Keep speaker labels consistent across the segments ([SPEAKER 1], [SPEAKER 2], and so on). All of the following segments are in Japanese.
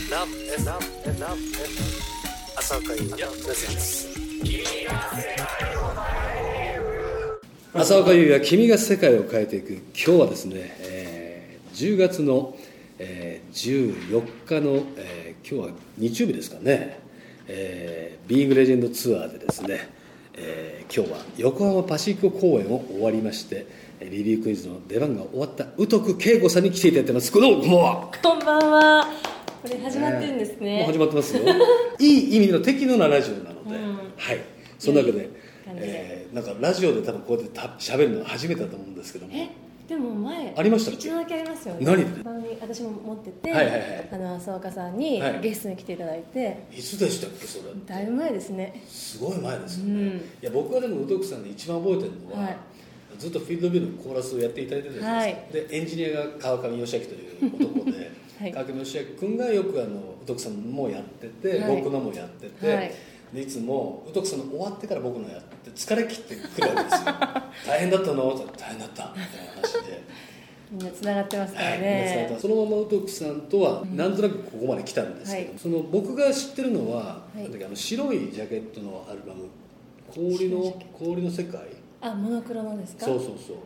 [SPEAKER 1] enough enough enough 朝会プレゼンス
[SPEAKER 2] 浅岡優也君が世界を変えていく今日はですね、えー10月の、えー14日の、えー今日は日曜日ですかね、えービーグレジェンドツアーでですね、えー今日は横浜パシフィック公演を終わりましてえーリリー・クイズの出番が終わった宇徳恵子さんに来ていただいてますこのこんばんは
[SPEAKER 3] こんばんは。これ始まってるんですね。
[SPEAKER 2] もう始まって ますよいい意味の適度なラジオなので、
[SPEAKER 3] うん
[SPEAKER 2] はいそんなわけで
[SPEAKER 3] 感じで
[SPEAKER 2] えーなんかラジオで多分こうやってた喋るのは初めてだと思うんですけども
[SPEAKER 3] え、でも前
[SPEAKER 2] ありましたっけ
[SPEAKER 3] 一度だけありますよね。
[SPEAKER 2] 何で
[SPEAKER 3] 番組私も持ってて、
[SPEAKER 2] はいはいはい
[SPEAKER 3] あの浅岡さんに
[SPEAKER 2] はい
[SPEAKER 3] ゲストに来ていただいて、
[SPEAKER 2] いつでしたっけそれ
[SPEAKER 3] だいぶ前ですね。
[SPEAKER 2] すごい前ですよね、
[SPEAKER 3] うん
[SPEAKER 2] いや僕がでもウドクさんで一番覚えてるのは、
[SPEAKER 3] はい
[SPEAKER 2] ずっとフィールドビューのコーラスをやっていただいてるじゃないですか、でエンジニアが川上義明という男で、
[SPEAKER 3] はい
[SPEAKER 2] 川上義明君がよくあのウドクさんもやってて、
[SPEAKER 3] はい
[SPEAKER 2] 僕のもやってて、
[SPEAKER 3] はい
[SPEAKER 2] でいつもウドクさんの終わってから僕のやって疲れ切ってくるわけですよ 大変だったのって大変だったみたいな話で。
[SPEAKER 3] みんな繋がってますか
[SPEAKER 2] は
[SPEAKER 3] ら
[SPEAKER 2] い、皆さん
[SPEAKER 3] ね
[SPEAKER 2] と。そのままウトクさんとはなんとなくここまで来たんですけど、
[SPEAKER 3] はい
[SPEAKER 2] その僕が知ってるのは、
[SPEAKER 3] い
[SPEAKER 2] なんだっけあの白いジャケットのアルバム「氷
[SPEAKER 3] 白いジ
[SPEAKER 2] の
[SPEAKER 3] ャケ
[SPEAKER 2] 氷の世界
[SPEAKER 3] あ、モノクロのです」か。
[SPEAKER 2] そうそうそう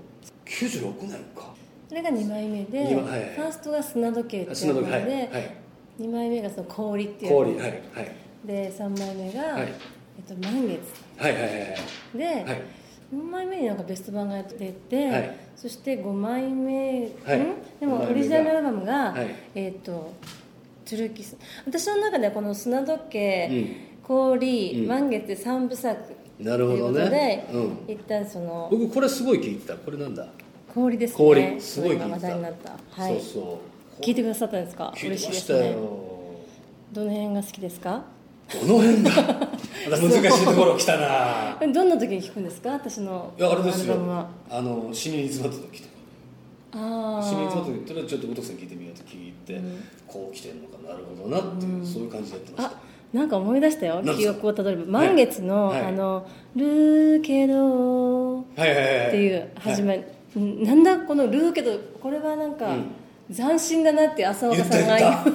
[SPEAKER 2] 96年か
[SPEAKER 3] これが二枚目で、
[SPEAKER 2] 二枚はい
[SPEAKER 3] ファーストが砂時計っていう
[SPEAKER 2] 砂
[SPEAKER 3] の
[SPEAKER 2] 時計はいは
[SPEAKER 3] で、
[SPEAKER 2] い
[SPEAKER 3] 二、枚目がその氷っていうの。
[SPEAKER 2] 氷はいはい
[SPEAKER 3] で、三枚目が、
[SPEAKER 2] はい
[SPEAKER 3] えっと満月
[SPEAKER 2] はいはいはい
[SPEAKER 3] で。
[SPEAKER 2] はいはい
[SPEAKER 3] 4枚目になんかベスト版が出て、
[SPEAKER 2] はい
[SPEAKER 3] そして5枚
[SPEAKER 2] はい
[SPEAKER 3] 目、んで
[SPEAKER 2] 五枚目
[SPEAKER 3] も
[SPEAKER 2] が
[SPEAKER 3] オリジナルアルバムが「
[SPEAKER 2] はい
[SPEAKER 3] えっ、とトゥルーキス」私の中ではこの「砂時計」
[SPEAKER 2] う
[SPEAKER 3] 氷」
[SPEAKER 2] うん
[SPEAKER 3] 満月」3部作
[SPEAKER 2] なるほどね
[SPEAKER 3] ということ
[SPEAKER 2] う
[SPEAKER 3] で、一旦その
[SPEAKER 2] 僕これすごい聞いたこれなんだ、
[SPEAKER 3] 氷ですね
[SPEAKER 2] 氷すごい聞いた
[SPEAKER 3] 今話題になった、は
[SPEAKER 2] そ
[SPEAKER 3] い、
[SPEAKER 2] うそ
[SPEAKER 3] 聞いてくださったんですか
[SPEAKER 2] う聞い
[SPEAKER 3] 嬉
[SPEAKER 2] てま
[SPEAKER 3] しいで
[SPEAKER 2] し
[SPEAKER 3] す
[SPEAKER 2] たよ、
[SPEAKER 3] ねどの辺が好きですか
[SPEAKER 2] どの 辺がまた難しいところ来たな
[SPEAKER 3] どんな時に聞くんですか私の
[SPEAKER 2] いやあれですよ
[SPEAKER 3] アルバムは
[SPEAKER 2] あの死に煮詰まった時とか
[SPEAKER 3] あー
[SPEAKER 2] 市民集まった時とりあえずちょっとお徳さん聞いてみようと聞いて、
[SPEAKER 3] うん
[SPEAKER 2] こう来てるのかなるほどなっていう、そういう感じでやってまし
[SPEAKER 3] あなんか思い出したよ
[SPEAKER 2] 何です
[SPEAKER 3] 記
[SPEAKER 2] か
[SPEAKER 3] 憶をたどれば満月の、
[SPEAKER 2] はいはい
[SPEAKER 3] あの「ルーケド」った
[SPEAKER 2] はいはいはいはい
[SPEAKER 3] ていう始
[SPEAKER 2] は
[SPEAKER 3] め、うんなんだこの「ルーケド」これはなんか、
[SPEAKER 2] うん
[SPEAKER 3] 斬新だなって浅岡さんが
[SPEAKER 2] 言った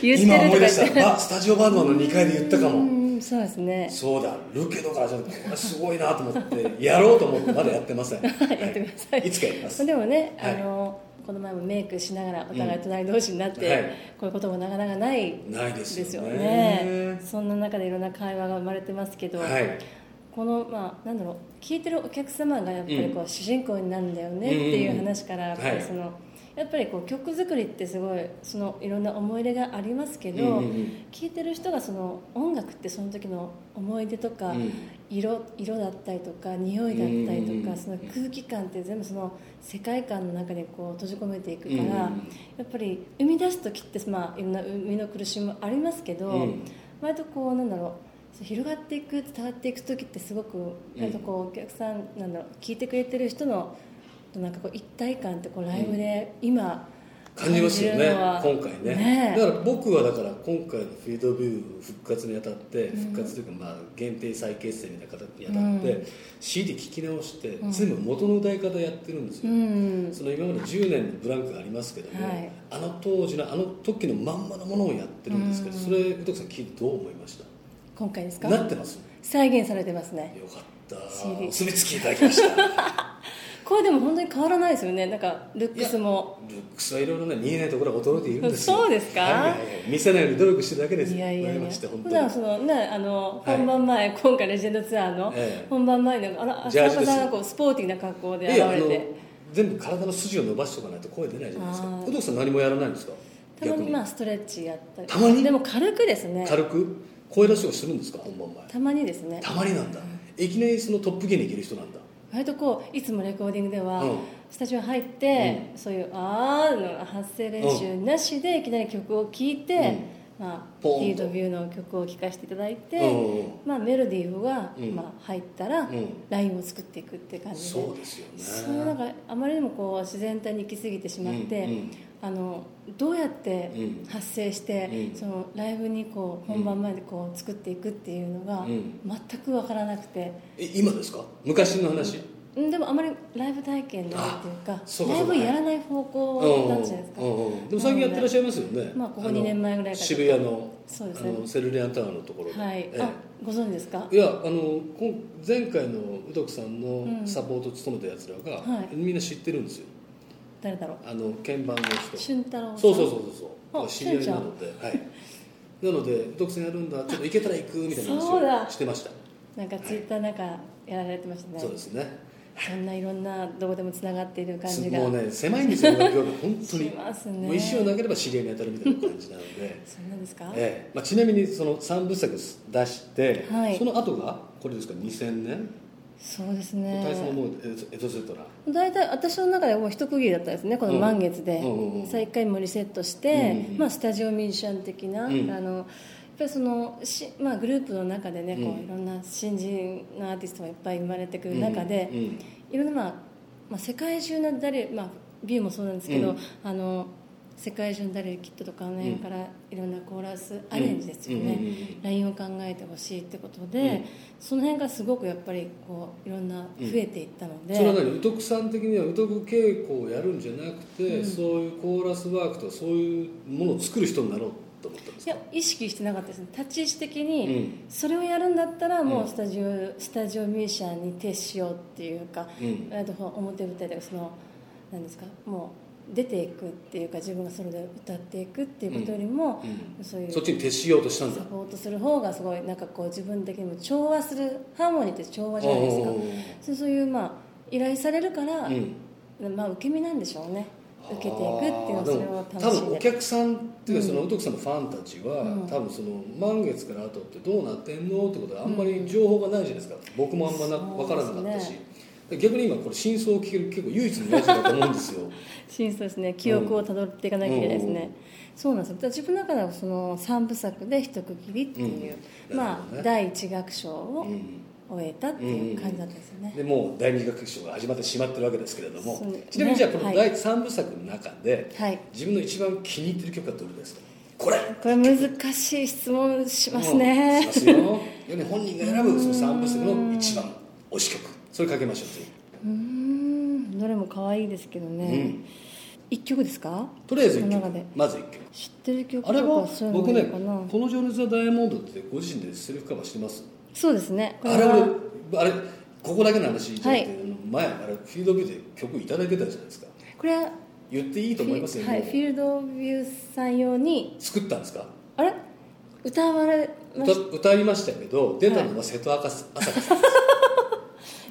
[SPEAKER 3] 言って
[SPEAKER 2] 今
[SPEAKER 3] る
[SPEAKER 2] 思
[SPEAKER 3] と
[SPEAKER 2] い
[SPEAKER 3] か
[SPEAKER 2] 出
[SPEAKER 3] 言っ
[SPEAKER 2] してたあスタジオバンドの2階で言ったか
[SPEAKER 3] う
[SPEAKER 2] も
[SPEAKER 3] んそうですね
[SPEAKER 2] そうだルケドからじゃなくてこれすごいなと思ってやろうと思ってまだやってませんや
[SPEAKER 3] やってください
[SPEAKER 2] いつかやります
[SPEAKER 3] でもね、
[SPEAKER 2] はい
[SPEAKER 3] あのこの前もメイクしながらお互い隣同士になって、
[SPEAKER 2] うんはい
[SPEAKER 3] こういうこともなかなかない
[SPEAKER 2] ないです
[SPEAKER 3] です
[SPEAKER 2] よ
[SPEAKER 3] よ
[SPEAKER 2] ね
[SPEAKER 3] ねそんな中でいろんな会話が生まれてますけど、
[SPEAKER 2] はい
[SPEAKER 3] このまあなんだろう聞いてるお客様がやっぱりこう主人公になるんだよねって
[SPEAKER 2] うん
[SPEAKER 3] い
[SPEAKER 2] うん
[SPEAKER 3] う
[SPEAKER 2] うん
[SPEAKER 3] 話からやっぱ
[SPEAKER 2] は
[SPEAKER 3] り
[SPEAKER 2] い
[SPEAKER 3] そのやっぱりこう曲作りってすごいそのいろんな思い入れがありますけ
[SPEAKER 2] うんう
[SPEAKER 3] ど
[SPEAKER 2] んうん
[SPEAKER 3] 聞いてる人がその音楽ってその時の思い出とか
[SPEAKER 2] うん
[SPEAKER 3] 色色だったりとか匂いだったり
[SPEAKER 2] うんうん
[SPEAKER 3] と
[SPEAKER 2] うん
[SPEAKER 3] かその空気感って全部その世界観の中でこう閉じ込めていくか
[SPEAKER 2] うんうん
[SPEAKER 3] らやっぱり生み出す時ってまあいろんな生みの苦しみもありますけど。
[SPEAKER 2] うん
[SPEAKER 3] 割とこうなんだろうそう広がっていく伝わっていく時ってすごくなんかこうお客さんなんだろう聞いてくれてる人のなんかこう一体感ってこうライブで今
[SPEAKER 2] 感じますよ
[SPEAKER 3] 感じ
[SPEAKER 2] ね
[SPEAKER 3] るのは
[SPEAKER 2] 今回ね
[SPEAKER 3] ねえ
[SPEAKER 2] だから僕はだから今回のフィードビュー復活にあたって、復活というかまあ限定再結成みたいな形にあたって、
[SPEAKER 3] う
[SPEAKER 2] CD 聞き直して、全部元の歌い方やってるんです
[SPEAKER 3] う
[SPEAKER 2] よ、
[SPEAKER 3] ん
[SPEAKER 2] その今まで10年のブランクがありますけども、
[SPEAKER 3] はい
[SPEAKER 2] あの当時のあの時のまんまのものをやってるんですけど、それ宇徳さん聞いてどう思いました
[SPEAKER 3] 今回です
[SPEAKER 2] なっ
[SPEAKER 3] か
[SPEAKER 2] てますよ
[SPEAKER 3] 再現されてますね
[SPEAKER 2] かった
[SPEAKER 3] CD
[SPEAKER 2] お墨付きいただきました
[SPEAKER 3] これでも本当に変わらないですよねなんかルックスも
[SPEAKER 2] ルックスはいろいろね見えないところが衰えているんですよ
[SPEAKER 3] そうですか
[SPEAKER 2] はいはいはい見せないように努力してるだけですよ
[SPEAKER 3] いやいやい
[SPEAKER 2] 羨
[SPEAKER 3] や
[SPEAKER 2] ましい本当
[SPEAKER 3] 普
[SPEAKER 2] に
[SPEAKER 3] 段そのねあの
[SPEAKER 2] はい
[SPEAKER 3] 本番前、今回レジェンドツアーの
[SPEAKER 2] ええ
[SPEAKER 3] 本番前のあら
[SPEAKER 2] ジャージ
[SPEAKER 3] 浅
[SPEAKER 2] です
[SPEAKER 3] 岡さんがこうスポーティーな格好で
[SPEAKER 2] いや
[SPEAKER 3] 現れて
[SPEAKER 2] 全部体の筋を伸ばしておかないと声出ないじゃないですか
[SPEAKER 3] あー
[SPEAKER 2] 工藤さん何もやらないんですか
[SPEAKER 3] たま
[SPEAKER 2] 逆
[SPEAKER 3] に
[SPEAKER 2] に
[SPEAKER 3] まあストレッチやったり
[SPEAKER 2] たまに
[SPEAKER 3] でも軽くですね
[SPEAKER 2] 軽く声出しをするんですか本番前
[SPEAKER 3] たまにですね
[SPEAKER 2] たまになんだいきなりそのトップ芸に行ける人なんだ
[SPEAKER 3] 割とこういつもレコーディングでは、
[SPEAKER 2] うん
[SPEAKER 3] スタジオ入って、そういう「あー」の発声練習なしでいきなり曲を聴いて、まあ、フ
[SPEAKER 2] ポーンと
[SPEAKER 3] ィールドビューの曲を聴かせていただいて、
[SPEAKER 2] うんうん
[SPEAKER 3] まあ、メロディーが、
[SPEAKER 2] うん
[SPEAKER 3] まあ、入ったら、
[SPEAKER 2] ん
[SPEAKER 3] ラインを作っていくって感じで
[SPEAKER 2] そうですよね
[SPEAKER 3] そうなんかあまりにもこう自然体に行き過ぎてしまって、
[SPEAKER 2] うんうん
[SPEAKER 3] あのどうやって
[SPEAKER 2] うん
[SPEAKER 3] 発声して、
[SPEAKER 2] うん
[SPEAKER 3] そのライブにこう本番前でこう作っていくっていうのが、
[SPEAKER 2] うん
[SPEAKER 3] 全く分からなくて。
[SPEAKER 2] え今ですか昔の話
[SPEAKER 3] うんでもあまりライブ体験ないっていうか
[SPEAKER 2] あそうか
[SPEAKER 3] ラ
[SPEAKER 2] そ
[SPEAKER 3] イ
[SPEAKER 2] うか
[SPEAKER 3] ブやらない方向なんじゃないですか、
[SPEAKER 2] うんうんでも最近やってらっしゃいますよね
[SPEAKER 3] まあここ2年前ぐら
[SPEAKER 2] あの
[SPEAKER 3] いから
[SPEAKER 2] 渋谷の
[SPEAKER 3] そうです
[SPEAKER 2] あ
[SPEAKER 3] ね
[SPEAKER 2] のセルリアンタワーのところで
[SPEAKER 3] はい
[SPEAKER 2] え、え
[SPEAKER 3] あご存知ですか
[SPEAKER 2] いやあのこん前回の宇徳さんの
[SPEAKER 3] ん
[SPEAKER 2] サポートを務めたやつらが、
[SPEAKER 3] はい
[SPEAKER 2] みんな知ってるんですよ
[SPEAKER 3] 誰だろう
[SPEAKER 2] あの鍵盤の人
[SPEAKER 3] 俊太郎さん
[SPEAKER 2] そうそうそうそうそう
[SPEAKER 3] あ
[SPEAKER 2] 知り合いなので、はい、なので「独占やるんだちょっと行けたら行く」みたいな
[SPEAKER 3] そう
[SPEAKER 2] 話を
[SPEAKER 3] だ
[SPEAKER 2] してました
[SPEAKER 3] なんかツイッターなんかやられてましたね
[SPEAKER 2] そうですね
[SPEAKER 3] そんないろんなどこでもつながっている感じが
[SPEAKER 2] もうね狭いんですよ学業が本当に
[SPEAKER 3] しますね
[SPEAKER 2] もう石を投げれば知り合いに当たるみたいな感じなので
[SPEAKER 3] そんなんですか、
[SPEAKER 2] ええまあ、ちなみにその3部作出して、
[SPEAKER 3] はい
[SPEAKER 2] その後がこれですか2000年
[SPEAKER 3] そうです
[SPEAKER 2] 「大佐の
[SPEAKER 3] ね
[SPEAKER 2] もうエトセトラ」
[SPEAKER 3] 大体私の中ではもう一区切りだったんですねこの満月で、
[SPEAKER 2] うんうんうんうん
[SPEAKER 3] さあ一回もリセットして、
[SPEAKER 2] うん
[SPEAKER 3] まあ、スタジオミュージシャン的な、
[SPEAKER 2] うん
[SPEAKER 3] あのやっぱりそのし、まあ、グループの中でね、こ
[SPEAKER 2] うん
[SPEAKER 3] ういろんな新人のアーティストがいっぱい生まれてくる中で、
[SPEAKER 2] うんうん
[SPEAKER 3] いろんな、まあまあ、世界中の誰、まあ、ビューもそうなんですけど、
[SPEAKER 2] うん
[SPEAKER 3] あの世界中の誰キットとかあの辺からいろんなコーラスアレンジですよね、
[SPEAKER 2] うんうんうんうん
[SPEAKER 3] ラインを考えてほしいってことで、その辺がすごくやっぱりこういろんな増えていったので、
[SPEAKER 2] それは何宇徳さん的には宇徳稽古をやるんじゃなくて、そういうコーラスワークとかそういうものを作る人になろうと思ったんです
[SPEAKER 3] い
[SPEAKER 2] か
[SPEAKER 3] や意識してなかったですね立ち位置的に、
[SPEAKER 2] うん
[SPEAKER 3] それをやるんだったらもうんうスタジオ、スタジオミュージシャンに徹しようっていうか、
[SPEAKER 2] うん
[SPEAKER 3] あと表舞台でそのなんですかもう出ていくっていうか自分がそれで歌っていくっていうことよりも、
[SPEAKER 2] うん
[SPEAKER 3] そういう
[SPEAKER 2] そっ
[SPEAKER 3] サ
[SPEAKER 2] ちに徹しようとしたんだ
[SPEAKER 3] ポートする方がすごいなんかこう自分的にも調和するハーモニーって調和じゃないですか
[SPEAKER 2] おうおうおう
[SPEAKER 3] そうそういうまあ依頼されるから、
[SPEAKER 2] うん
[SPEAKER 3] まあ受け身なんでしょうね受けていくっていうのはそれを
[SPEAKER 2] あー
[SPEAKER 3] 楽
[SPEAKER 2] でも多
[SPEAKER 3] しん
[SPEAKER 2] 分お
[SPEAKER 3] で
[SPEAKER 2] 客さんっていうかその宇徳さんのファンたちは、
[SPEAKER 3] うん
[SPEAKER 2] 多分その満月から後ってどうなってんのってことはあんまり情報がないじゃないですか、僕もあんまな分からなかったし、
[SPEAKER 3] そうです
[SPEAKER 2] 逆に今これ真相を聞ける結構唯一のやつだと思うんですよ
[SPEAKER 3] 真相ですね記憶をたどっていかなきゃいけないですね、
[SPEAKER 2] うん
[SPEAKER 3] そうなんですよだから自分の中ではその3部作で一区切りっていう、
[SPEAKER 2] うんなる
[SPEAKER 3] ま
[SPEAKER 2] ほどね
[SPEAKER 3] あ、第一楽章を
[SPEAKER 2] うん
[SPEAKER 3] 終えたっていう感じだったんですよね、
[SPEAKER 2] でもう第二楽章が始まってしまってるわけですけれども、
[SPEAKER 3] そうですね
[SPEAKER 2] ちなみにじゃあこの
[SPEAKER 3] はい
[SPEAKER 2] 第三部作の中で、
[SPEAKER 3] はい
[SPEAKER 2] 自分の一番気に入ってる曲はどれですかこれ
[SPEAKER 3] これ難しい質問します
[SPEAKER 2] うん
[SPEAKER 3] ね、
[SPEAKER 2] しますよ要に本人が選ぶその三部作の一番推し曲それかけましょう次
[SPEAKER 3] うーんどれも可愛いですけどね、一1曲ですか
[SPEAKER 2] とりあえず一
[SPEAKER 3] その中
[SPEAKER 2] 曲
[SPEAKER 3] で
[SPEAKER 2] まず一曲
[SPEAKER 3] 知ってる曲
[SPEAKER 2] あれ
[SPEAKER 3] と
[SPEAKER 2] は
[SPEAKER 3] かそういうの
[SPEAKER 2] 僕
[SPEAKER 3] もい
[SPEAKER 2] ね
[SPEAKER 3] いかな
[SPEAKER 2] 「この情熱はダイヤモンド」ってご自身でセリフカバーしてます
[SPEAKER 3] そうですねこ
[SPEAKER 2] あ
[SPEAKER 3] れ
[SPEAKER 2] れ
[SPEAKER 3] は
[SPEAKER 2] 俺あれここだけの話じゃなくて、
[SPEAKER 3] はい
[SPEAKER 2] 前あれフィードビューで曲いただいてたじゃないですか
[SPEAKER 3] これは
[SPEAKER 2] 言っていいと思いますよ、
[SPEAKER 3] はい、フィールドビューさん用に
[SPEAKER 2] 作ったんですか
[SPEAKER 3] あれ歌われま
[SPEAKER 2] 歌
[SPEAKER 3] し
[SPEAKER 2] 歌いましたけど出たのは瀬戸朝 香さんです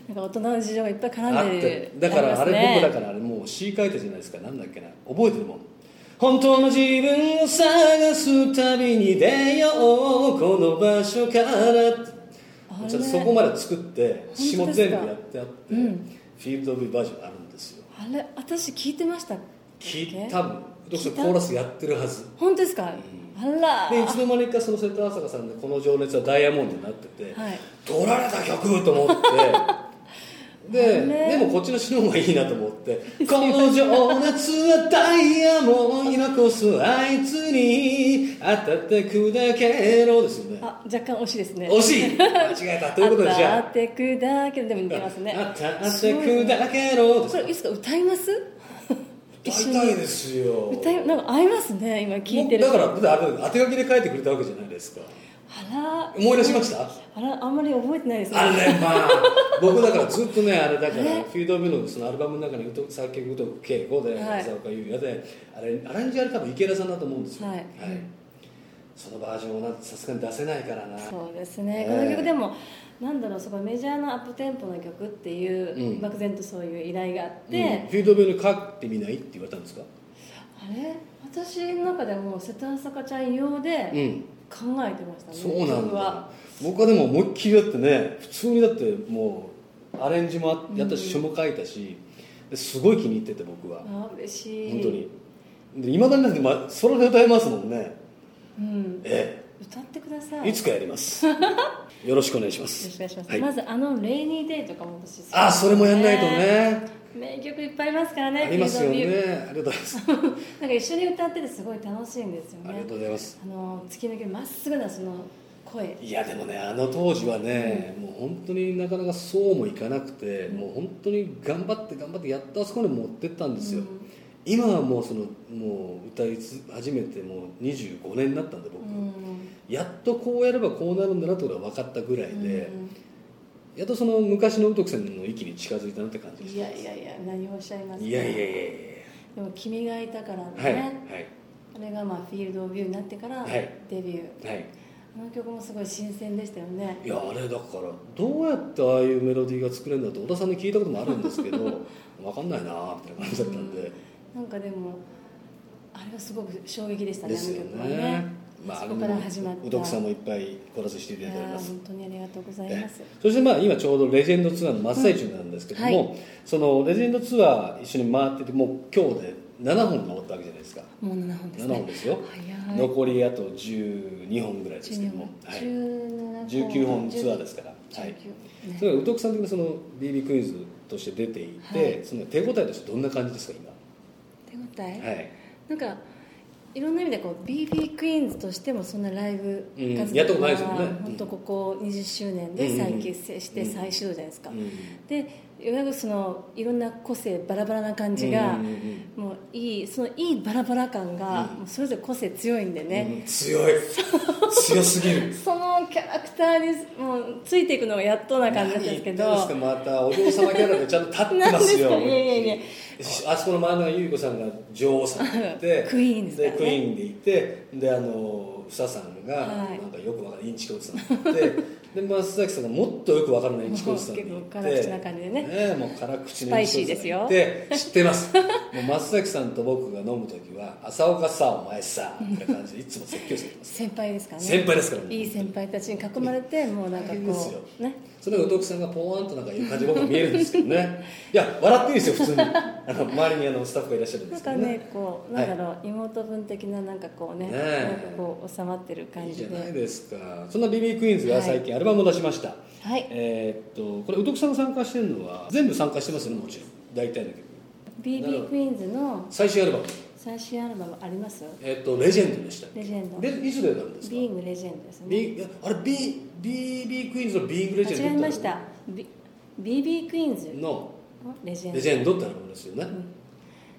[SPEAKER 3] なんか大人の事情がいっぱい
[SPEAKER 2] あ
[SPEAKER 3] 絡
[SPEAKER 2] っ
[SPEAKER 3] んで
[SPEAKER 2] て
[SPEAKER 3] る
[SPEAKER 2] だからあれ僕だ
[SPEAKER 3] ら
[SPEAKER 2] からあれもう詩書いたじゃないですかなんだっけな覚えてるもん本当の自分を探す旅に出ようこの場所から
[SPEAKER 3] あれ
[SPEAKER 2] ちょっとそこまで作って詩も
[SPEAKER 3] 本当で
[SPEAKER 2] 全部
[SPEAKER 3] すか
[SPEAKER 2] やってあって、
[SPEAKER 3] うん
[SPEAKER 2] フィールド・オブ・バージョンあるんですよ
[SPEAKER 3] あれ私聞いてましたっけ
[SPEAKER 2] 聞いた分どうし
[SPEAKER 3] 聞い
[SPEAKER 2] コ
[SPEAKER 3] た
[SPEAKER 2] ーラスやってるはず
[SPEAKER 3] 本当ですか、あら
[SPEAKER 2] でいつの間にかその瀬戸朝香さんで「この情熱はダイヤモンド」になってて、
[SPEAKER 3] はい
[SPEAKER 2] 取られた曲と思ってで
[SPEAKER 3] あれ
[SPEAKER 2] でもこっちの詩の方がいいなと思って「 この情熱はダイヤモンド今こそあいつに当たって砕けろ」ですよね
[SPEAKER 3] あ若干惜しいですね
[SPEAKER 2] 惜
[SPEAKER 3] し
[SPEAKER 2] しい間違えたということでじゃ
[SPEAKER 3] 当
[SPEAKER 2] あ
[SPEAKER 3] てくだけどでも似てますね
[SPEAKER 2] あたあて砕けろ
[SPEAKER 3] これいつか歌います
[SPEAKER 2] 大体ですよ
[SPEAKER 3] 歌いなんか合いますね今聞いてる
[SPEAKER 2] だからだってあれ当て書きで書いてくれたわけじゃないですか
[SPEAKER 3] あら
[SPEAKER 2] 思い出しました
[SPEAKER 3] あらあんまり覚えてないです
[SPEAKER 2] あ
[SPEAKER 3] ね
[SPEAKER 2] れ まあ僕だからずっとねあれだから
[SPEAKER 3] ね
[SPEAKER 2] フィードビューのそのアルバムの中に歌作曲と稽古で
[SPEAKER 3] はい
[SPEAKER 2] 浅岡優也であれアレンジあれ多分池田さんだと思うんですよ
[SPEAKER 3] はい
[SPEAKER 2] そのバージョンをなさすがに出せないからな
[SPEAKER 3] そうですね、
[SPEAKER 2] ええ
[SPEAKER 3] この曲でもなんだろうそこメジャーなアップテンポの曲っていう、
[SPEAKER 2] うん
[SPEAKER 3] 漠然とそういう依頼があっ
[SPEAKER 2] うん
[SPEAKER 3] て、
[SPEAKER 2] フィードビューの書いてみないって言われたんですか
[SPEAKER 3] あれ私の中でも瀬戸朝香ちゃん用
[SPEAKER 2] う
[SPEAKER 3] で
[SPEAKER 2] ん
[SPEAKER 3] 考えてましたね、
[SPEAKER 2] そうなん
[SPEAKER 3] 曲
[SPEAKER 2] だ
[SPEAKER 3] は
[SPEAKER 2] 僕はでも思いっきりだってね普通にだってもうアレンジもあやったし書も書いたしですごい気に入ってて僕は
[SPEAKER 3] あ嬉しい
[SPEAKER 2] 本当にでいまだにだってまそれで歌いますもんね
[SPEAKER 3] うん、
[SPEAKER 2] え
[SPEAKER 3] 歌ってくださ
[SPEAKER 2] え
[SPEAKER 3] い
[SPEAKER 2] いつかやります よろしくお願いします
[SPEAKER 3] よろしくお願いしま
[SPEAKER 2] はい
[SPEAKER 3] す、まずあの「レイニーデイ」とかも私好き
[SPEAKER 2] あそれもやんないとね
[SPEAKER 3] 名曲いっぱいありますからね
[SPEAKER 2] ありますよね
[SPEAKER 3] フィールドビ
[SPEAKER 2] あ
[SPEAKER 3] ュ
[SPEAKER 2] りがとうございます
[SPEAKER 3] ーなんか一緒に歌っててすごい楽しいんですよ
[SPEAKER 2] ありが
[SPEAKER 3] ね
[SPEAKER 2] とうございます
[SPEAKER 3] あの突き抜けるまっすぐなその声
[SPEAKER 2] いやでもねあの当時はね、もう本当になかなかそうもいかなくて、もう本当に頑張って頑張ってやっとあそこに持ってったんですよ、
[SPEAKER 3] うん
[SPEAKER 2] 今はもうそのもう歌いつ始めてもう25年になったんで僕、
[SPEAKER 3] うん
[SPEAKER 2] やっとこうやればこうなるんだなってことが分かったぐらいで、
[SPEAKER 3] うん
[SPEAKER 2] やっとその昔の宇徳さんの域に近づいたなって感じがし
[SPEAKER 3] い
[SPEAKER 2] ま
[SPEAKER 3] や
[SPEAKER 2] す
[SPEAKER 3] いやいや何をおっしゃいますか
[SPEAKER 2] いやいやいや
[SPEAKER 3] でも君がいたから
[SPEAKER 2] いやはいは
[SPEAKER 3] ね、あれがまあフィールド・オブ・ビューになってから
[SPEAKER 2] はい
[SPEAKER 3] デビュー、
[SPEAKER 2] いはい
[SPEAKER 3] あの曲もすごい新鮮でしたよね
[SPEAKER 2] いやあれだからどうやってああいうメロディーが作れるんだって小田さんに聞いたこともあるんですけ ど分かんないなみたいな感じだったんで、
[SPEAKER 3] なんかでもあれはすごく衝撃でしたね
[SPEAKER 2] ですよ
[SPEAKER 3] あの曲は
[SPEAKER 2] ねまあ
[SPEAKER 3] そこから始まっ
[SPEAKER 2] うどく
[SPEAKER 3] た
[SPEAKER 2] さんもいっぱいコーラスしてい
[SPEAKER 3] い
[SPEAKER 2] た
[SPEAKER 3] や
[SPEAKER 2] だいており
[SPEAKER 3] ー
[SPEAKER 2] ます
[SPEAKER 3] 本当にありがとうございます、
[SPEAKER 2] ええそしてまあ今ちょうどレジェンドツアーの真っ最中なんですけども、
[SPEAKER 3] うんは
[SPEAKER 2] そのレジェンドツアー一緒に回っててもう今日で7本回ったわけじゃないですか
[SPEAKER 3] もう7本です
[SPEAKER 2] 7本
[SPEAKER 3] ね
[SPEAKER 2] ですよ、
[SPEAKER 3] 早い
[SPEAKER 2] 残りあと12本ぐらいですけ
[SPEAKER 3] 12
[SPEAKER 2] ども
[SPEAKER 3] 本、
[SPEAKER 2] はい、
[SPEAKER 3] 17
[SPEAKER 2] 19本ツアーですから、はい、
[SPEAKER 3] 19ね
[SPEAKER 2] それは宇徳さん的にその BB クイズとして出ていて、
[SPEAKER 3] はい
[SPEAKER 2] その手応えとしてどんな感じですか
[SPEAKER 3] 手応え、
[SPEAKER 2] 今はい
[SPEAKER 3] なんかいろんな意味でこう BB クイーンズとしてもそんなライブ
[SPEAKER 2] うん
[SPEAKER 3] 活動
[SPEAKER 2] やったことないですよね
[SPEAKER 3] が
[SPEAKER 2] うん
[SPEAKER 3] 本当ここ20周年
[SPEAKER 2] うん
[SPEAKER 3] で
[SPEAKER 2] うんうん
[SPEAKER 3] 再結成して再始動じゃないですか、
[SPEAKER 2] うん
[SPEAKER 3] でいわゆるそのいろんな個性バラバラな感じが、
[SPEAKER 2] うんうんうん
[SPEAKER 3] もういいそのいいバラバラ感が、
[SPEAKER 2] うん
[SPEAKER 3] もうそれぞれ個性強いんでね、
[SPEAKER 2] うん強い強すぎる
[SPEAKER 3] そのキャラクターにもうついていくのがやっとな感じだったんですけど
[SPEAKER 2] 何言ってんですかまたお嬢様キャラでちゃんと立ってま
[SPEAKER 3] なんですす
[SPEAKER 2] よ
[SPEAKER 3] かいやいやいや
[SPEAKER 2] あそこの真ん中優子さんが女王さんでいて
[SPEAKER 3] クイーンですからね
[SPEAKER 2] クイーンでいてであの房さんが
[SPEAKER 3] はい
[SPEAKER 2] なんかよくわからないインチコおじさんでいて、で松崎さんがもっとよくわからないインチコおじさんでいて
[SPEAKER 3] もう 結構辛口な感じでね
[SPEAKER 2] えもう辛口
[SPEAKER 3] ス
[SPEAKER 2] の
[SPEAKER 3] パ
[SPEAKER 2] イン
[SPEAKER 3] イ
[SPEAKER 2] チコおじ
[SPEAKER 3] シー
[SPEAKER 2] さ
[SPEAKER 3] で
[SPEAKER 2] ん
[SPEAKER 3] す
[SPEAKER 2] が
[SPEAKER 3] よ
[SPEAKER 2] いて知ってます もう松崎さんと僕が飲む時は「朝岡さお前さ」みたいな感じでいつも説教してます
[SPEAKER 3] 先輩ですから ね
[SPEAKER 2] 先輩ですからね
[SPEAKER 3] いい先輩たちに囲まれてもうなんか
[SPEAKER 2] 大変ですよ
[SPEAKER 3] こうね
[SPEAKER 2] それがお徳さんがポーンとなんかいう感じ僕は見えるんですけど ねいや笑っていいですよ普通にあの周りにあのスタッフがいらっしゃるんで
[SPEAKER 3] なん
[SPEAKER 2] すけ
[SPEAKER 3] か
[SPEAKER 2] ど
[SPEAKER 3] ね、こう、なんだ
[SPEAKER 2] は
[SPEAKER 3] ろう、妹分的な、なんかこうね、
[SPEAKER 2] ねえ
[SPEAKER 3] なんかこう、収まってる
[SPEAKER 2] い
[SPEAKER 3] 感
[SPEAKER 2] いじ
[SPEAKER 3] じ
[SPEAKER 2] ゃない
[SPEAKER 3] で。
[SPEAKER 2] ですかそんな BB クイーンズが最近アルバムを出しました、
[SPEAKER 3] はい、
[SPEAKER 2] えーっとこれお徳さんが参加してるのは全部参加してますよねもちろん大体の曲
[SPEAKER 3] BB クイーンズの
[SPEAKER 2] 最新アルバム
[SPEAKER 3] 最新アルバムあります。
[SPEAKER 2] えーっとレジェンドでした
[SPEAKER 3] レジェンド。
[SPEAKER 2] で
[SPEAKER 3] ビ
[SPEAKER 2] いつ出たんですか
[SPEAKER 3] ーングレジェンドですね。
[SPEAKER 2] ビあれ B BB クイーンズのビーグレ
[SPEAKER 3] あ
[SPEAKER 2] ジェンド
[SPEAKER 3] 違い
[SPEAKER 2] って
[SPEAKER 3] ました。ビ BB クイーンズの
[SPEAKER 2] の
[SPEAKER 3] レジェン
[SPEAKER 2] レジ
[SPEAKER 3] ド。
[SPEAKER 2] ェンドってアルバムですよね、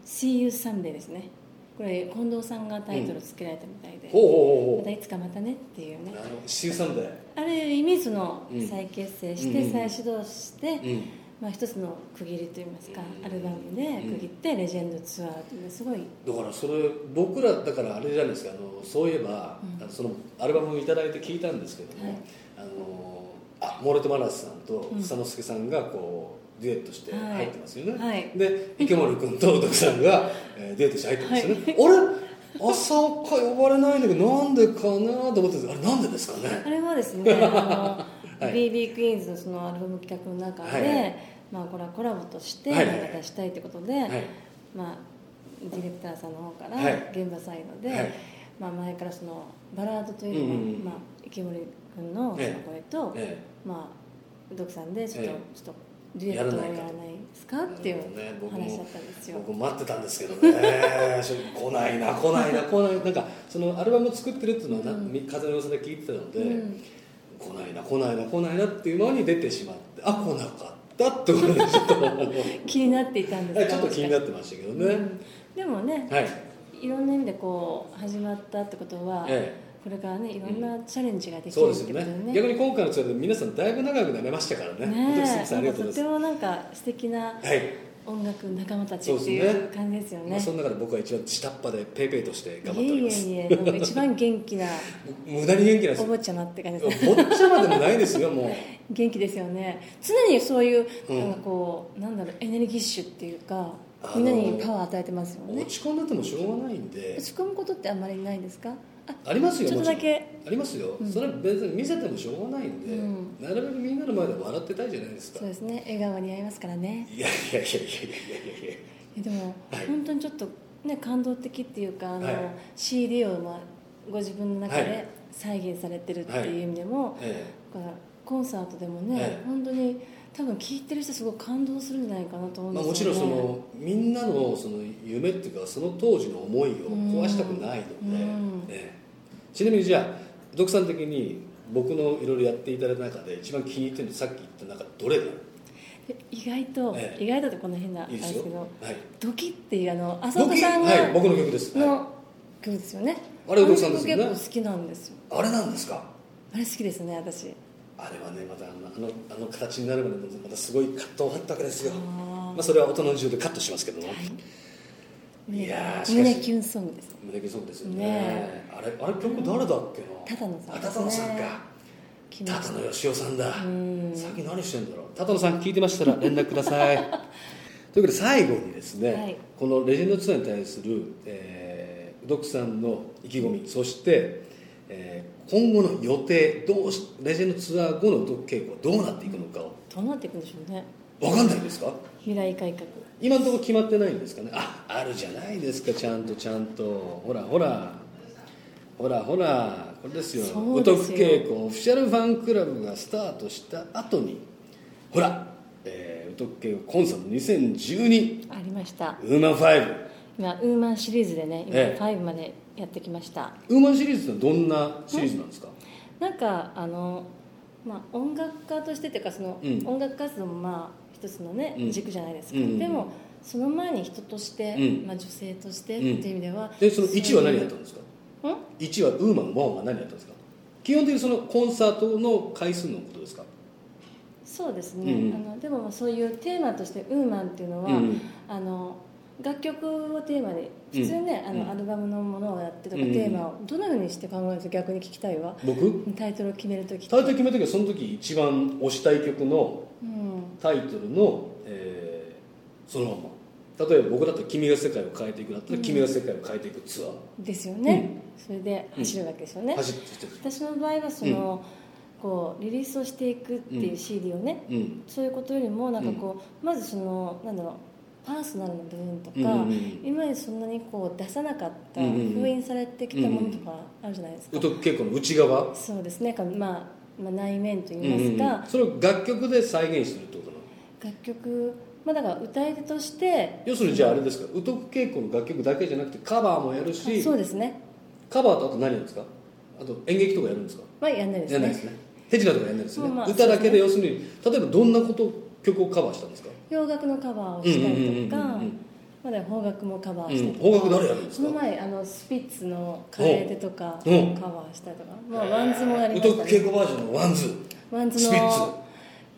[SPEAKER 3] See You Sunday ですね。これ近藤さんがタイトルつけられたみたいで。
[SPEAKER 2] ほうほうほう
[SPEAKER 3] ま
[SPEAKER 2] ほ
[SPEAKER 3] たいつかまたねっていうね
[SPEAKER 2] う。あのシーサンデ
[SPEAKER 3] ある意味その
[SPEAKER 2] うん
[SPEAKER 3] 再結成し
[SPEAKER 2] うんうん
[SPEAKER 3] て再始動して、
[SPEAKER 2] ーうん
[SPEAKER 3] まあ、一つの区切りといいますか、
[SPEAKER 2] うん
[SPEAKER 3] アルバムで区切ってレジェンドツアーっていうのはすごい、
[SPEAKER 2] だからそれ僕らだからあれじゃないですかあのそういえば、
[SPEAKER 3] うん
[SPEAKER 2] あのそのアルバムを頂いただいて聞いたんですけども、
[SPEAKER 3] はい
[SPEAKER 2] あのあモーレト・マラスさんと
[SPEAKER 3] うん
[SPEAKER 2] 房之助さんがこうデュエットして
[SPEAKER 3] はい
[SPEAKER 2] 入ってますよね、
[SPEAKER 3] はい
[SPEAKER 2] で池森君と宇徳さんが、えーデュエットして入ってますよね、あれ朝岡呼ばれないんだけどなんでかなと思ってたんですあれなんでですかね
[SPEAKER 3] あれはですねあの、
[SPEAKER 2] はい
[SPEAKER 3] BB クイーンズのそのアルバム企画の中で、
[SPEAKER 2] はいはい
[SPEAKER 3] まあ、これはコラボとして
[SPEAKER 2] は
[SPEAKER 3] ないん
[SPEAKER 2] はいはい
[SPEAKER 3] か出したいってことで、
[SPEAKER 2] はい
[SPEAKER 3] まあ、ディレクターさんの方から
[SPEAKER 2] はい
[SPEAKER 3] 現場サイドで、
[SPEAKER 2] はい
[SPEAKER 3] まあ、前からそのバラードというのは、
[SPEAKER 2] うんうんうん
[SPEAKER 3] まあ、池森君のその声と、
[SPEAKER 2] え
[SPEAKER 3] まあ、ドクさんでちょっ
[SPEAKER 2] ええ
[SPEAKER 3] と,、ちょっとデュエットを
[SPEAKER 2] や
[SPEAKER 3] や
[SPEAKER 2] ら
[SPEAKER 3] ら
[SPEAKER 2] ないか
[SPEAKER 3] な
[SPEAKER 2] と
[SPEAKER 3] いですかっていう
[SPEAKER 2] なるほどね僕も
[SPEAKER 3] 話だったんですよ。
[SPEAKER 2] 僕待ってたんですけどね 正直来ないな来ないな来ないなんかそのアルバムを作ってるっていうのはな、
[SPEAKER 3] うん
[SPEAKER 2] 風の噂で聞いてたので、
[SPEAKER 3] うん
[SPEAKER 2] 来ないな来ないな来ないなっていう間に出てしまってあ来なかったってことでちょっ と
[SPEAKER 3] 気になっていたんです
[SPEAKER 2] ちょっと気になってましたけどね、
[SPEAKER 3] うんでもね、
[SPEAKER 2] はい
[SPEAKER 3] い、ろんな意味でこう始まったってことは、
[SPEAKER 2] え
[SPEAKER 3] これからねいろんなチャレンジができ
[SPEAKER 2] そう
[SPEAKER 3] る
[SPEAKER 2] で
[SPEAKER 3] っ
[SPEAKER 2] す
[SPEAKER 3] て
[SPEAKER 2] よ
[SPEAKER 3] こと
[SPEAKER 2] ね
[SPEAKER 3] でね
[SPEAKER 2] 逆に今回のツアーで皆さんだいぶ長くなれましたからね
[SPEAKER 3] ね
[SPEAKER 2] 本当にすみませんあり
[SPEAKER 3] え
[SPEAKER 2] がとう
[SPEAKER 3] と
[SPEAKER 2] ご
[SPEAKER 3] て
[SPEAKER 2] ざいま
[SPEAKER 3] もなんか素敵な
[SPEAKER 2] すはい、
[SPEAKER 3] 音楽仲間たち
[SPEAKER 2] そう
[SPEAKER 3] っ
[SPEAKER 2] です
[SPEAKER 3] て
[SPEAKER 2] ね
[SPEAKER 3] いう感じですよ
[SPEAKER 2] ま
[SPEAKER 3] ね
[SPEAKER 2] あ、その中で僕は一番下っ端でペイペイとして頑張っ
[SPEAKER 3] い
[SPEAKER 2] てお
[SPEAKER 3] え
[SPEAKER 2] り
[SPEAKER 3] い
[SPEAKER 2] ます
[SPEAKER 3] えいえなんか一番元 気な
[SPEAKER 2] 無駄に元気なんです
[SPEAKER 3] お
[SPEAKER 2] よ
[SPEAKER 3] 坊ちゃまって感じ
[SPEAKER 2] ぼ
[SPEAKER 3] で
[SPEAKER 2] っ
[SPEAKER 3] すね
[SPEAKER 2] ちゃまでもないです よもう
[SPEAKER 3] 元気ですよね常にそういう
[SPEAKER 2] うん
[SPEAKER 3] なんかこう、なんだろうエネルギッシュっていうか
[SPEAKER 2] あの
[SPEAKER 3] みんなにパワー与えてますよ
[SPEAKER 2] 落
[SPEAKER 3] ね
[SPEAKER 2] ち込んでてもしょうがないんで
[SPEAKER 3] 打ち込むことってあんまりないですかあ
[SPEAKER 2] ありますよ
[SPEAKER 3] ちょっとだけ
[SPEAKER 2] もちろんありますよ、
[SPEAKER 3] うん
[SPEAKER 2] それは別に見せてもしょうがないんで、
[SPEAKER 3] うん
[SPEAKER 2] なるべくみんなの前で笑ってたいじゃないですか
[SPEAKER 3] そうですね笑顔に合いますからね
[SPEAKER 2] いやいやいやいやいやいやいや
[SPEAKER 3] えでも、
[SPEAKER 2] はい
[SPEAKER 3] 本当にちょっとね感動的っていうかあの、
[SPEAKER 2] はい
[SPEAKER 3] CD を、まあ、ご自分の中
[SPEAKER 2] は
[SPEAKER 3] で
[SPEAKER 2] い
[SPEAKER 3] 再現されてるっていう意味でも、
[SPEAKER 2] え
[SPEAKER 3] だからコンサートでもね、
[SPEAKER 2] ええ
[SPEAKER 3] 本当に多分聴いてる人すごい感動するんじゃないかな
[SPEAKER 2] え
[SPEAKER 3] と思うん
[SPEAKER 2] ま
[SPEAKER 3] で
[SPEAKER 2] あ、
[SPEAKER 3] すよ、
[SPEAKER 2] も
[SPEAKER 3] ね
[SPEAKER 2] ちろんそのみんなのその夢っていうかその当時の思いを壊したくないので、
[SPEAKER 3] うん
[SPEAKER 2] ええちなみにじゃあ徳さん的に僕のいろいろやっていただいた中で一番気に入ってるのさっき言った中どれが
[SPEAKER 3] で意外と、
[SPEAKER 2] ええ
[SPEAKER 3] 意外だとこの変なあ
[SPEAKER 2] い
[SPEAKER 3] れ
[SPEAKER 2] いで
[SPEAKER 3] ですす
[SPEAKER 2] よ
[SPEAKER 3] けど
[SPEAKER 2] はい
[SPEAKER 3] ドキっていうあの浅
[SPEAKER 2] ド
[SPEAKER 3] 岡
[SPEAKER 2] キ
[SPEAKER 3] さんが
[SPEAKER 2] はい僕の曲です、はい
[SPEAKER 3] の曲ですよね、
[SPEAKER 2] あれお客さんですよね
[SPEAKER 3] あの曲結構好きなんですよ
[SPEAKER 2] あれなんですか
[SPEAKER 3] あれ好きですね私
[SPEAKER 2] あれはねまたあのあのあの形になるまでまたすごい葛藤があったわけですよ
[SPEAKER 3] あー
[SPEAKER 2] まあ、それは大人の事情でカットしますけども、
[SPEAKER 3] はい
[SPEAKER 2] いやーしかし
[SPEAKER 3] 胸キュンソングですね
[SPEAKER 2] 胸毛ソングですよね
[SPEAKER 3] ね
[SPEAKER 2] あれあれ曲誰だっけな
[SPEAKER 3] 多々野さん
[SPEAKER 2] あ多々野さん
[SPEAKER 3] ね
[SPEAKER 2] か
[SPEAKER 3] 決めまし
[SPEAKER 2] 高
[SPEAKER 3] た
[SPEAKER 2] 野義雄さんだ
[SPEAKER 3] ん
[SPEAKER 2] さっき何してんだろう高野さん聞いてましたら連絡くださ いということで最後にですね、
[SPEAKER 3] はい
[SPEAKER 2] このレジェンドツアーに対する、えー、うどくさんの意気込みそして、えー今後の予定どうしレジェンドツアー後のうどく傾向どうなっていくのかを
[SPEAKER 3] どうなっていくんでしょうね
[SPEAKER 2] 分かんないんですか
[SPEAKER 3] 未来改革
[SPEAKER 2] 今のところ決まってないんですかねああるじゃないですかちゃんとちゃんとほらほらほらほらこれですよ
[SPEAKER 3] そう
[SPEAKER 2] と
[SPEAKER 3] で
[SPEAKER 2] く
[SPEAKER 3] すよ
[SPEAKER 2] 稽古オフィシャルファンクラブがスタートした後にほら、えー、ウトク稽古コンサート2012
[SPEAKER 3] ありました
[SPEAKER 2] ウーマン5
[SPEAKER 3] 今ウーマンシリーズでね今
[SPEAKER 2] ええ
[SPEAKER 3] 5までやってきました、
[SPEAKER 2] ウーマンシリーズってどんなシリーズなんですか、
[SPEAKER 3] なんかあの、まあ、音楽家としてっていうかその、
[SPEAKER 2] うん
[SPEAKER 3] 音楽活動もまあ一つのね、
[SPEAKER 2] うん
[SPEAKER 3] 軸じゃないですか、
[SPEAKER 2] うんうんうん
[SPEAKER 3] でもその前に人として、
[SPEAKER 2] うん
[SPEAKER 3] まあ、女性としてっていう意味では、
[SPEAKER 2] でその1は何や
[SPEAKER 3] や
[SPEAKER 2] ったんですか
[SPEAKER 3] ん
[SPEAKER 2] 1はウーマン1は何やったんですか基本的にそのコンサートの回数のことですか
[SPEAKER 3] そうですね、
[SPEAKER 2] うんうん
[SPEAKER 3] あのでもまあそういうテーマとしてウーマンっていうのは、
[SPEAKER 2] うん
[SPEAKER 3] あの楽曲をテーマに普通ね、
[SPEAKER 2] うん
[SPEAKER 3] あ
[SPEAKER 2] うん
[SPEAKER 3] のアルバムのものをやってとか、
[SPEAKER 2] うんうん
[SPEAKER 3] テーマをどのようにして考えると逆に聞きたいわ
[SPEAKER 2] 僕
[SPEAKER 3] タイトルを決めるとき
[SPEAKER 2] 大体決めた時はその時一番推したい曲の
[SPEAKER 3] うん、
[SPEAKER 2] タイトルの、えーそのまま例えば僕だったら「君が世界を変えていく」だったら「君が世界を変えていく」ツアー、
[SPEAKER 3] ですよね、それで走るわけですよね、
[SPEAKER 2] 走ってきてる
[SPEAKER 3] 私の場合はその、こうリリースをしていくっていう CD をね、
[SPEAKER 2] うん
[SPEAKER 3] そういうことよりもなんかこう、まずそのなんだろうパーソナルの部分とか、
[SPEAKER 2] うんうんうん
[SPEAKER 3] 今までそんなにこう出さなかった、
[SPEAKER 2] うんうんうん
[SPEAKER 3] 封印されてきたものとかあるじゃないですか、
[SPEAKER 2] 宇徳稽古の内側
[SPEAKER 3] そうですねなんか、まあ、まあ内面とい
[SPEAKER 2] うん
[SPEAKER 3] いますか、
[SPEAKER 2] うんそれを楽曲で再現するってことなの
[SPEAKER 3] 楽曲まあだから歌い手として
[SPEAKER 2] 要するにじゃああれですか宇徳稽古の楽曲だけじゃなくてカバーもやるし
[SPEAKER 3] そうですね
[SPEAKER 2] カバーとあと何やるんですかあと演劇とかやるんですか
[SPEAKER 3] まあやんないです
[SPEAKER 2] や
[SPEAKER 3] ね
[SPEAKER 2] んないですね手品とかやんないですね、
[SPEAKER 3] まあまあ
[SPEAKER 2] 歌だけで
[SPEAKER 3] そ
[SPEAKER 2] 要するに例えばどんなこと曲をカバーしたんですか
[SPEAKER 3] 洋楽のカバーをしたりと
[SPEAKER 2] うんうんうん
[SPEAKER 3] か
[SPEAKER 2] うんうん
[SPEAKER 3] まあだから邦楽もカバーしたりとか、
[SPEAKER 2] うん邦楽誰やるんですか
[SPEAKER 3] その前あのスピッツの「カエデ」とかカ
[SPEAKER 2] う
[SPEAKER 3] バ
[SPEAKER 2] ん
[SPEAKER 3] ーしたりとか、まあ、ワンズもやり
[SPEAKER 2] 宇
[SPEAKER 3] まし
[SPEAKER 2] 徳
[SPEAKER 3] た
[SPEAKER 2] 稽
[SPEAKER 3] ね
[SPEAKER 2] 古バージョンのワンズ
[SPEAKER 3] ワンズ
[SPEAKER 2] ス
[SPEAKER 3] の
[SPEAKER 2] ピッツ
[SPEAKER 3] ほ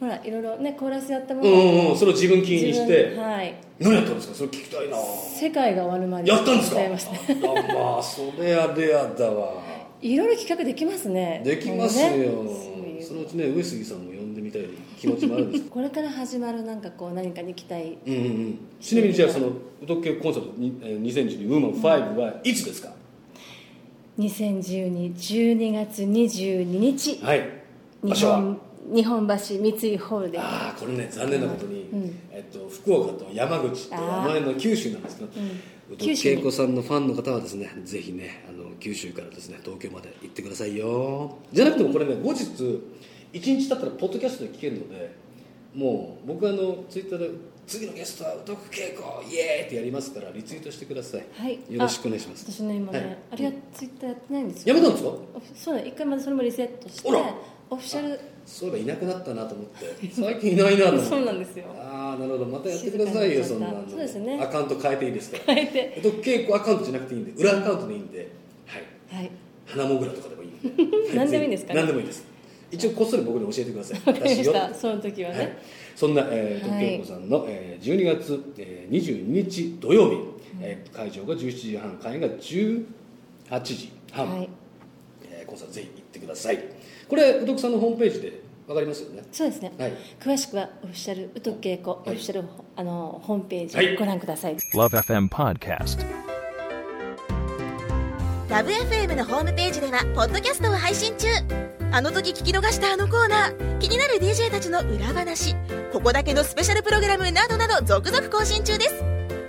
[SPEAKER 3] らいろいろねコーラスやったも
[SPEAKER 2] う
[SPEAKER 3] の
[SPEAKER 2] んうんうんそれを自分気に
[SPEAKER 3] 自
[SPEAKER 2] し
[SPEAKER 3] 分
[SPEAKER 2] て
[SPEAKER 3] はい
[SPEAKER 2] 何やったんですかそれ聞きたいな
[SPEAKER 3] 世界が終わるまで
[SPEAKER 2] やったんです
[SPEAKER 3] やっちゃいましたね
[SPEAKER 2] かあまあそれやレアだ わ
[SPEAKER 3] いろいろ企画できますね
[SPEAKER 2] できますよ、
[SPEAKER 3] 今後ねそういう
[SPEAKER 2] そのうちね上杉さんも呼んでみたい気持ちもあるん です
[SPEAKER 3] これから始まるなんかこう何かに期待
[SPEAKER 2] うんうんうんちなみにじゃあその「ウトッケコンサートにえー2012ウーマン5」はいつですか、
[SPEAKER 3] 2012 12月22日
[SPEAKER 2] はい場
[SPEAKER 3] 日
[SPEAKER 2] 所は
[SPEAKER 3] 本日本橋三井ホールでは
[SPEAKER 2] ああこれね残念なことに、
[SPEAKER 3] うん
[SPEAKER 2] えっと、福岡と山口と
[SPEAKER 3] あー
[SPEAKER 2] 前の九州なんですけど、
[SPEAKER 3] うん
[SPEAKER 2] 宇都恵子さんのファンの方はですねぜひねあの九州からですね東京まで行ってくださいよじゃなくてもこれね後日1日経ったらポッドキャストで聞けるのでもう僕あのツイッターで「次のゲストは宇都恵子イエーイ!」ってやりますからリツイートしてください、
[SPEAKER 3] い
[SPEAKER 2] よろしくお願いします
[SPEAKER 3] 私ね今ね、
[SPEAKER 2] はい
[SPEAKER 3] あれがツイッターやってないんです
[SPEAKER 2] や
[SPEAKER 3] よ
[SPEAKER 2] めたんですか
[SPEAKER 3] オフそうだ一回またそれもリセットして
[SPEAKER 2] あら
[SPEAKER 3] オフィシャル
[SPEAKER 2] そういえばいなくなったなと思って最近いないなと思って
[SPEAKER 3] そうなんですよ
[SPEAKER 2] ああなるほどまたやってくださいよそ
[SPEAKER 3] 静
[SPEAKER 2] ん
[SPEAKER 3] か
[SPEAKER 2] な
[SPEAKER 3] になっ
[SPEAKER 2] の
[SPEAKER 3] ちゃったそうですね
[SPEAKER 2] アカウント変えていいですから
[SPEAKER 3] 変えて
[SPEAKER 2] えっと、稽古アカウントじゃなくていいんで裏アカウントでいいんで、はい、
[SPEAKER 3] はい
[SPEAKER 2] 花もぐらとかでもいいんで
[SPEAKER 3] 何でもいいんですかね
[SPEAKER 2] 何でもいいです一応こっそり僕に教えてください
[SPEAKER 3] わかりま
[SPEAKER 2] 私よ
[SPEAKER 3] したその時はね、
[SPEAKER 2] はい、そんな、えー、と
[SPEAKER 3] はい
[SPEAKER 2] 稽古さんの、えー、12月、えー、22日土曜日、えー会場が17時半開演が18時半、
[SPEAKER 3] はい
[SPEAKER 2] えーコンサートぜひ行ってくださいこれうどくさんのホームページでわかりますよね
[SPEAKER 3] そうですね、
[SPEAKER 2] はい
[SPEAKER 3] 詳しくはオフィシャル宇都稽古オフィシャルあのホームページ
[SPEAKER 2] はい
[SPEAKER 3] ご覧ください
[SPEAKER 4] Love FM Podcast.
[SPEAKER 5] ラブ f m のホームページではポッドキャストを配信中あの時聞き逃したあのコーナー気になる DJ たちの裏話ここだけのスペシャルプログラムなどなど続々更新中です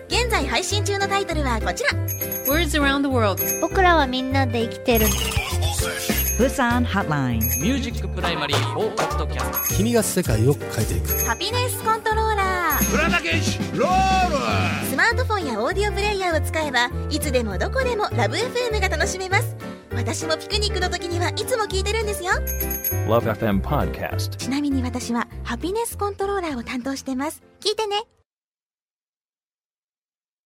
[SPEAKER 5] 現在配信中のタイトルはこちら
[SPEAKER 6] Words around the world.
[SPEAKER 7] 僕らはみんなで生きてる
[SPEAKER 8] Busan Hotline.
[SPEAKER 9] Music Primary for Podcast.
[SPEAKER 1] 君が世界を変えていく
[SPEAKER 5] ハピネスコントローラースマートフォンやオーディオプレイヤーを使えばいつでもどこでもラブ f m が楽しめます私もピクニックの時にはいつも聞いてるんですよ
[SPEAKER 4] Love FM Podcast.
[SPEAKER 5] ちなみに私はハピネスコントローラーを担当してます聞いてね